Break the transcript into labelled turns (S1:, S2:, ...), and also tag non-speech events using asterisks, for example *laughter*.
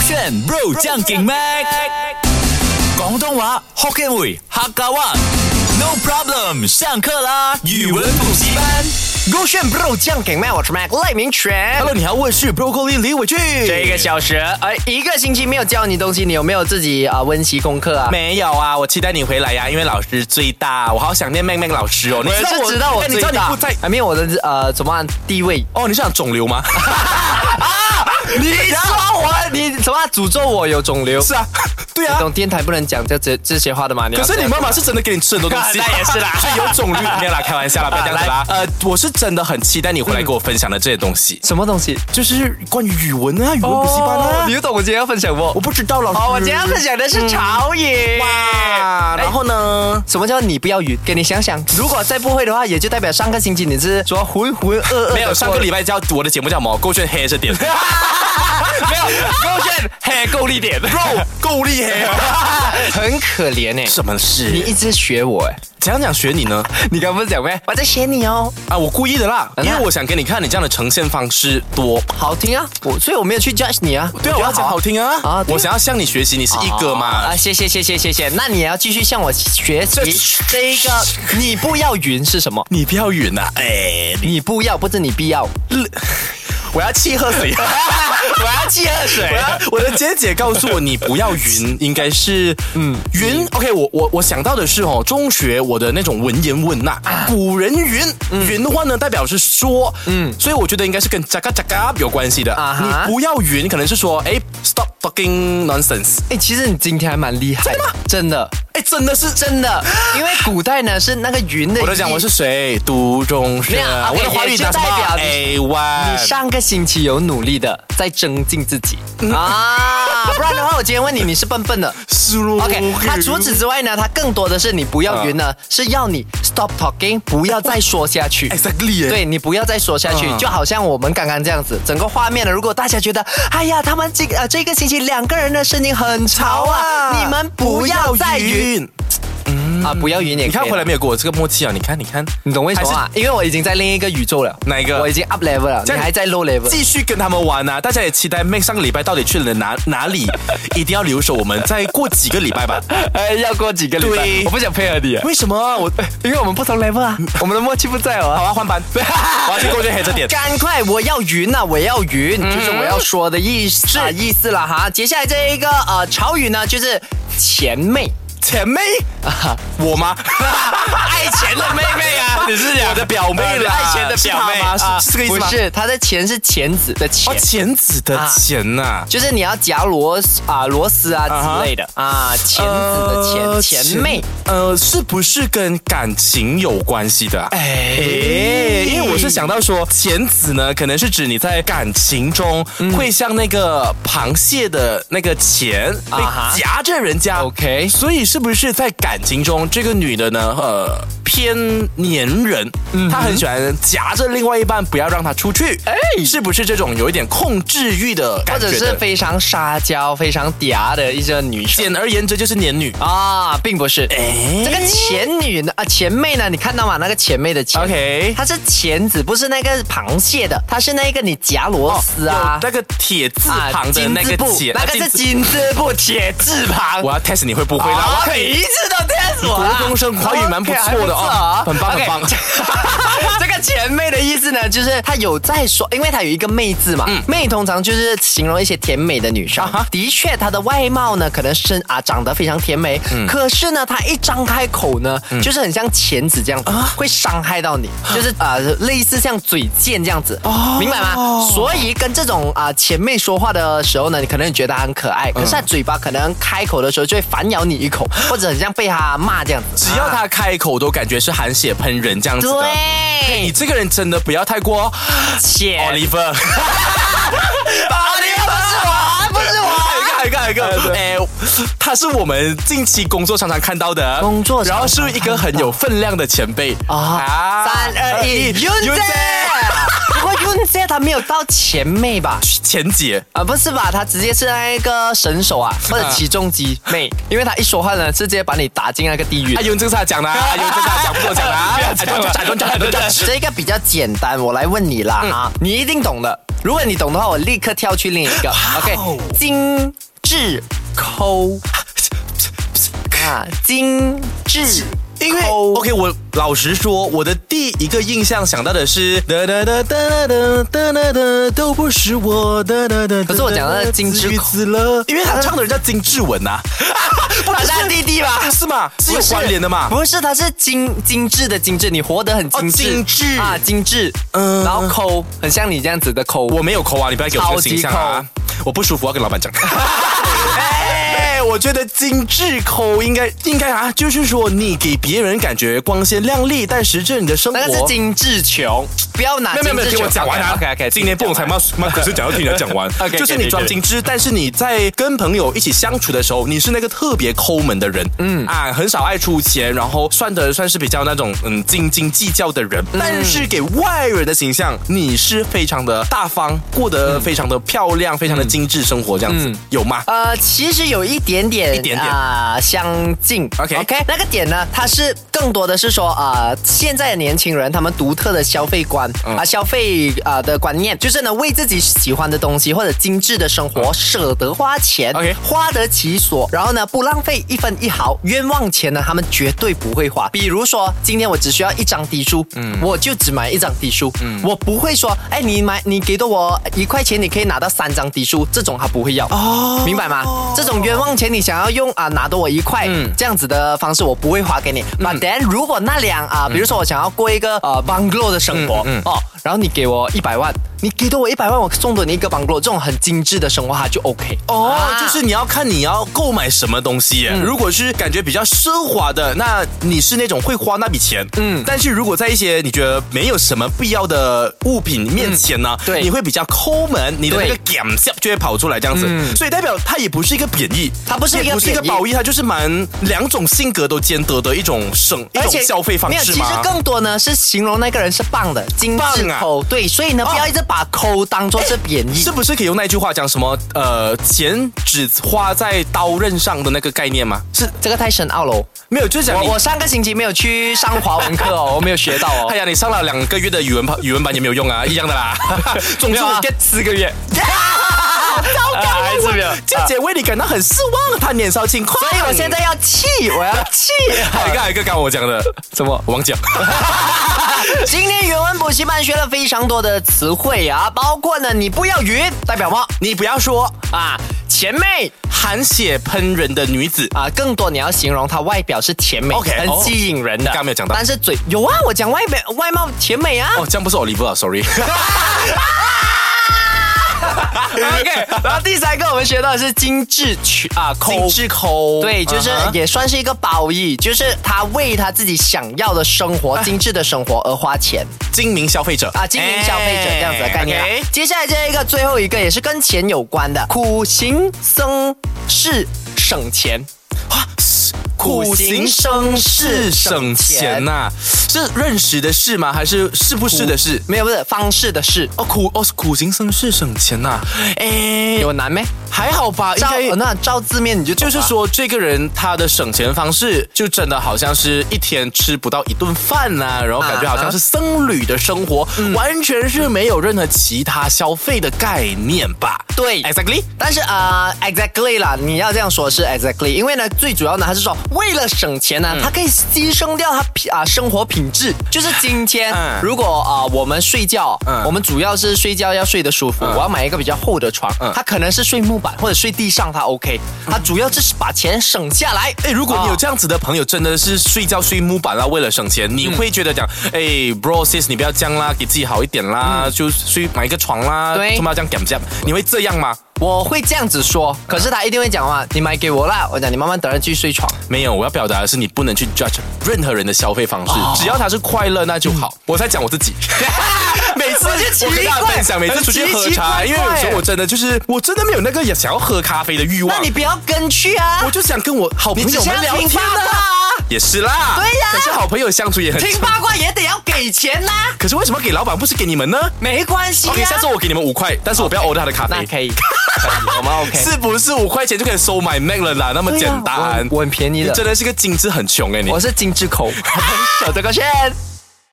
S1: 选 Bro 将劲 Mac，广东话 Hokkien 语客家话。No problem，上课啦！语文补习班。
S2: 勾选 bro 酱给麦，我是 Mac 赖明全。
S1: Hello，你好，我是 Broccoli 李伟俊。
S2: 这一个小时，呃，一个星期没有教你东西，你有没有自己啊、呃温习功课啊？
S3: 没有啊，我期待你回来呀、因为老师最大，我好想念妹妹老师哦。你
S2: 我是知道我
S3: 哎你
S2: 最
S3: 知道你
S2: 大
S3: 不在，
S2: 还没有我的呃怎么按地位？
S3: 哦，你是想肿瘤吗？
S2: 你说我，你怎么按诅咒我有肿瘤？
S3: *laughs* 是啊，对
S2: 这
S3: 啊。
S2: 种电台不能讲这这这些话的嘛？
S3: 可是你妈妈是真的给你吃很多东 *laughs* 西，
S2: 那也是啦
S3: 所以有肿瘤没有 *laughs* 啦，开玩笑啦，不要这样子啦。嗯呃，我是真的很期待你回来给我分享的这些东西，
S2: 什么东西？哦
S3: 就是关于语文啊，语文补习班啊。
S2: 你又懂我今天要分享不
S3: 我？哎不知道老师。
S2: 哦，我今天要分享的是潮语。
S3: 哇，然后呢？
S2: 什么叫你不要语？给你想想，如果再不会的话，也就代表上个星期你是说浑浑噩噩。
S3: 没有，上个礼拜叫我的节目叫什么？勾选黑着 *laughs* 点。没有，勾选黑够力点，bro，够力黑啊。
S2: 很可怜哎、
S3: 什么
S2: 你
S3: 事？
S2: 一直学我哎、
S3: 怎样讲学你呢？
S2: 你刚不是讲咩？我在学你哦，
S3: 啊，我故意的啦，
S2: 嗯
S3: 因为我想给你看你这样的呈现方式多。
S2: 好听啊，我所以我没有去 judge 你啊，
S3: 对啊，我
S2: 觉得
S3: 要讲好听啊！
S2: 啊对啊
S3: 我想要向你学习，你是一哥嘛
S2: 啊，？谢谢谢谢谢谢，那你也要继续向我学习这一个，你不要云是什么？
S3: 你不要远啊！哎，你
S2: 你不要不是你必要，
S3: 我要气喝水。
S2: 我要去喝水
S3: 我要 *laughs* 我的姐姐告诉我，你不要云，应该是嗯云。OK，我我我想到的是哦，中学我的那种文言文呐、
S2: 啊
S3: 古人云、
S2: 嗯
S3: 云的话呢，代表是说，嗯，所以我觉得应该是跟扎嘎扎嘎有关系的。
S2: 啊哈
S3: 你不要云，可能是说，哎，stop talking nonsense。
S2: 哎、其实你今天还蛮厉害的，真的
S3: 哎，真的是
S2: 真的，因为古代呢是那个云的，
S3: 我在讲我是。谁，读中生
S2: 没有。，OK，
S3: 我的华语打什么啊
S2: 也就代表你
S3: A one？
S2: 你上个星期有努力的在增进自己啊，不然的话我今天问你，你是笨笨的。
S3: 输入
S2: *laughs* OK，那除此之外呢，它更多的是你不要云呢，是要你 stop talking，不要再说下去。
S3: exactly
S2: 哎对啊你不要再说下去，
S3: 嗯
S2: 就好像我们刚刚这样子，整个画面呢，如果大家觉得，哎呀，他们这个呃这个星期两个人的声音很潮啊，你们不要再云。啊，不要云也可以。
S3: 你看回来，没有？给我这个默契啊！你看，你看，
S2: 你懂为什么啊？因为我已经在另一个宇宙了，
S3: 哪一个
S2: 我已经 up level 了，你
S3: 这样
S2: 还在 low level。
S3: 继续跟他们玩啊！大家也期待 Mac 上个礼拜到底去了哪哪里，一定要留守我们，再过几个礼拜吧。
S2: 哎，要过几个礼拜
S3: 对，
S2: 我不想配合你啊，
S3: 为什么啊我？哎
S2: 因为我们不同 level 啊， *laughs* 我们的默契不在哦啊
S3: 好。啊，换班，我要去过去黑着点。
S2: 赶快，我要云呐、我要云，就是我要说的意思、啊、意思了哈。接下来这一个呃潮语呢，就是前妹，
S3: 前妹，我吗？
S2: 爱钱 *laughs* 的妹妹啊。
S3: 你是我的表妹啦，
S2: 爱钱的表妹啊
S3: 是她吗？是是这个意思
S2: 不
S3: 吗？
S2: 是，她的钱是钳子的钱
S3: 哦，，钳子的钳呐。
S2: 就是你要夹螺丝啊、螺丝啊
S3: 啊哈
S2: 之类的啊，钳子的
S3: 呃
S2: 钱，前妹。
S3: 呃，是不是跟感情有关系的、啊？哎，因为我是想到说，钳子呢，可能是指你在感情中
S2: 嗯
S3: 会像那个螃蟹的那个钳被
S2: 啊哈
S3: 夹着人家。
S2: OK
S3: 所以是不是在感情中，这个女的呢，呃，偏粘人，
S2: 嗯
S3: 她很喜欢夹着另外一半，不要让她出去。哎，是不是这种有一点控制欲的
S2: 或
S3: 感觉
S2: 者
S3: 的？
S2: 是非常撒娇、非常嗲的一些女生
S3: 简而言之就是黏女。
S2: 啊，并不是。
S3: 哎
S2: 这个前女呢啊，前妹呢，你看到吗？那个前妹的前
S3: OK
S2: 它是钳子，不是那个螃蟹的，它是那个你夹螺丝啊
S3: 有。哦那个铁字
S2: 啊
S3: 旁的那个
S2: 金字部
S3: 铁，啊
S2: 那个是金字部铁字旁。
S3: 我要 test 你会不会啦？
S2: 啊
S3: 我可
S2: 每
S3: 以。
S2: 一次都这样子我啊。
S3: 国中生华语蛮不错的
S2: OK，还不错
S3: 哦，
S2: 啊
S3: 很棒很棒
S2: OK，。这 *laughs* 个前妹的意思呢，就是她有在说，因为她有一个妹字嘛，
S3: 嗯
S2: 妹通常就是形容一些甜美的女
S3: 啊
S2: 生。的确，她的外貌呢，可能是啊长得非常甜美，
S3: 嗯
S2: 可是呢，她一张开口呢，就是很像钳子这样子，
S3: 啊
S2: 会伤害到你，就是呃类似像嘴贱这样子，
S3: 哦
S2: 明白吗？所以跟这种啊、前妹说话的时候呢，你可能觉得她很可
S3: 嗯
S2: 爱，可是她嘴巴可能开口的时候就会反咬你一口，或者很像被她骂这样子。啊
S3: 只要他开口都感觉是含血喷人这样子的。你
S2: 对，
S3: 这个人真的不要太过
S2: 且
S3: Oliver。
S2: *laughs* 啊不是我，不是我。
S3: 还有一个，还有一个，还有一个， *laughs* 哎，他是我们近期工作常常看到的，
S2: 工作常常
S3: 然后是一个很有分量的前辈哎
S2: 啊，三二一，云姐。不过云姐她没有到前妹吧？
S3: 前姐，
S2: 啊，不是吧？她直接是那个神手啊，或者起重机妹，因为她一说话呢，直接把你打进那个地狱
S3: 阿。云正是他讲的啊，阿云正是他讲，不是我
S2: *laughs*
S3: 讲的啊，
S2: 嗯这个比较简单，我来问你啦啊，你一定懂的。如果你懂的话，我立刻跳去另一个。OK，精致
S3: *laughs*
S2: 抠啊，精致
S3: 因为
S2: 抠
S3: OK，我老实说，我的第一个印象想到的是哒哒哒哒哒哒哒哒，都不是我哒哒哒。
S2: 可是我讲的是金枝口
S3: 子了，因为他唱的人叫金志文 *laughs* 呐、
S2: 他是弟弟吧？
S3: 是吗？是有
S2: 不
S3: 关联的嘛？
S2: 不是，它是精精致的精致，你活得很精
S3: 哦
S2: 致，
S3: 精致
S2: 啊，精致，
S3: 嗯
S2: 然后抠，很像你这样子的抠。
S3: 我没有抠啊，你不要给我这个形象
S2: 超
S3: 啊
S2: 级！
S3: 我不舒服，我要跟老板讲。哎，我觉得精致抠应该应该啊，就是说你给别人感觉光鲜亮丽，但实质你的生活
S2: 那个是精致穷，不要拿
S3: 没有
S2: 精
S3: 没
S2: 致
S3: 有
S2: 穷。
S3: 没有，听我讲完啊
S2: OK OK，
S3: 今天不懂才骂骂，可是讲要听人家讲 *laughs* 完
S2: OK，OK，
S3: 就是你装精致，但是你在跟朋友一起相处的时候，你是那个特别抠门的人，嗯啊，很少爱出钱，然后算得算是比较那种嗯斤斤计较的人，但是给外人的形象，你是非常的大方，过得非常的漂亮，非常的精致生活这样子，有吗？
S2: 呃，其实有一点点，
S3: 一点点
S2: 啊、相近。
S3: OK
S2: OK，那个点呢，它是更多的是说啊、呃现在的年轻人他们独特的消费观啊、
S3: 嗯
S2: 消费啊、呃的观念，就是呢为自己喜欢的东西或者精致的生活、舍得花钱
S3: 嗯 OK
S2: 花得其所，然后呢不浪费一分一毫，冤枉钱呢他们绝对不会花。比如说今天我只需要一张滴书，嗯，我就只买一张滴书，嗯，我不会说，哎，你买你给到我一块钱，你可以拿到三张滴书，这种他不会要，哦，明白吗？这种冤枉钱你想要用啊，拿多我一块，
S3: 嗯
S2: 这样子的方式我不会花给你。But then 如果那两
S3: 嗯
S2: 啊，比如说我想要过一个呃 bungalow 的生活，哦，然后你给我一百万。你给到我一百万，我送给你一个 bungalow，这种很精致的生活，它就 OK。
S3: 哦，
S2: 啊嗯
S3: 就是你要看你要购买什么东西耶。如果是感觉比较奢华的，那你是那种会花那笔钱。嗯，但是如果在一些你觉得没有什么必要的物品面前呢，
S2: 嗯对
S3: 你会比较抠门，你的那个
S2: 对嗯
S3: g a m 就会跑出来这样子。所以代表它也不是一个贬义，
S2: 它不是一个
S3: 也不是一个
S2: 贬义
S3: 褒义，它就是蛮两种性格都兼得的一种生一
S2: 而
S3: 种
S2: 且
S3: 消费方
S2: 没有，
S3: 式
S2: 其
S3: 吗
S2: 实？更多呢是形容那个人是棒的、精致
S3: 棒啊哦
S2: 抠。对，所以呢，不要一直把抠当做是贬义
S3: 是。不是可以用那句话讲什么？呃，钱只花在刀刃上的那个概念吗？是
S2: 这个太深奥了哦。
S3: 没有，就是讲哎你
S2: 我我上个星期没有去上华文课哦，我没有学到哦
S3: 哎。呀，你上了两个月的语文班，语文班也没有 *laughs* 用啊，一样的啦。总
S2: 没
S3: 之
S2: 有
S3: 我
S2: 啊
S3: get 四个月，
S2: 糟糕
S3: 哎
S2: 还是没有
S3: 姐姐为你感到很失望，她年少轻狂。
S2: 所以哎我现在要气，我要气。
S3: 还有一个，还有一个，刚刚我讲的什么？我忘记了。
S2: 今天语文补习班学了非常多的词汇啊，包括呢，你不要云代表吗？
S3: *laughs* 你不要说
S2: 啊，前妹
S3: 含血喷人的女子，
S2: 啊，更多你要形容她外表是甜美
S3: OK，
S2: 很
S3: 哦
S2: 吸引人的。
S3: 刚刚没有讲到
S2: 但是嘴有啊，我讲外表外
S3: *laughs*
S2: 貌甜美啊。
S3: 哦，这样不是 Oliver 啊，sorry。 *laughs*
S2: OK，然后第三个我们学到的是精致曲啊，抠。
S3: 精致抠，
S2: 对，就是
S3: 嗯哼
S2: 也算是一个褒义，就是他为他自己想要的生
S3: *laughs*
S2: 活、精致的生活而花钱
S3: 精明消费者
S2: 啊，经营消费者这样子的概念啊。
S3: 哎，OK
S2: 接下来这一个最后一个也是跟钱有关的，苦行僧是省钱，
S3: 哇苦行僧是省钱呐、是认识的事吗？还是是不是的事？
S2: 没有不是方式的事，
S3: 哦，苦哦，苦行僧是省钱呐、哎，
S2: 有难没？
S3: 还好吧，应
S2: 照
S3: 该
S2: 哦那照字面你就懂
S3: 就是
S2: 啊
S3: 说，这个人他的省钱方式就真的好像是一天吃不到一顿饭呐、然后感觉好像是僧侣的生活，
S2: 嗯
S3: 完全是没有任何其他消费的概念吧？
S2: 对
S3: ，exactly。
S2: 但是啊、呃 e x a c t l y 啦，你要这样说是 exactly，因为呢，最主要呢，他是说为了省钱
S3: 嗯
S2: 呢，他可以牺牲掉他品啊、生活品质。就是今天，
S3: 嗯
S2: 如果啊、我们睡觉，
S3: 嗯
S2: 我们主要是睡觉要睡得舒服，我要买一个比较厚的床，
S3: 嗯
S2: 他可能是睡木板或者睡地上，他 OK，他主要就是把钱省下来。
S3: 哎，如果你
S2: 啊
S3: 有这样子的朋友，真的是睡觉睡木板啦，为了省钱，你会觉得讲，哎，bro sis，你不要这样啦，给自己好一点啦，
S2: 嗯
S3: 就睡买一个床啦，
S2: 对
S3: 干嘛要这样干这样？你会这样吗？
S2: 我会这样子说，可是他一定会讲嘛，你买给我啦，我讲你慢慢等着去睡床。
S3: 没有，我要表达的是，你不能去 judge 任何人的消费方式，
S2: 哦
S3: 只要他是快乐，那就
S2: *laughs*
S3: 好。我在讲我自己，每次
S2: 我就奇
S3: 我跟大家
S2: 怪
S3: 分享，每次出去
S2: 很奇
S3: 喝
S2: 奇
S3: 茶，
S2: 怪
S3: 因为有时候我真的就是，我真的没有那个也想要喝咖啡的欲望
S2: 那你，不要跟去啊
S3: 我，就想跟我好朋
S2: 你只
S3: 友
S2: 是
S3: 们
S2: 要
S3: 聊
S2: 听
S3: 天
S2: 八卦
S3: 啊。
S2: 啊。
S3: 也是啦，
S2: 对呀
S3: 可是好朋友相处也很。
S2: 听八卦也得要给钱啦，
S3: 可是为什么给老板不是给你们呢
S2: 没关系、啊。
S3: ？OK，下次我给你们五块，但是我不要 order 他的咖
S2: 那
S3: 啡，
S2: 可以，可以，我们 OK。
S3: *laughs* 是不是五块钱就可以收买 Mac 了啦？那么
S2: 对
S3: 简
S2: 啊我
S3: 单
S2: 很，我很便宜的
S3: 你真的是个精致很穷哎你 *laughs*
S2: 我。是精致口，我手这个线。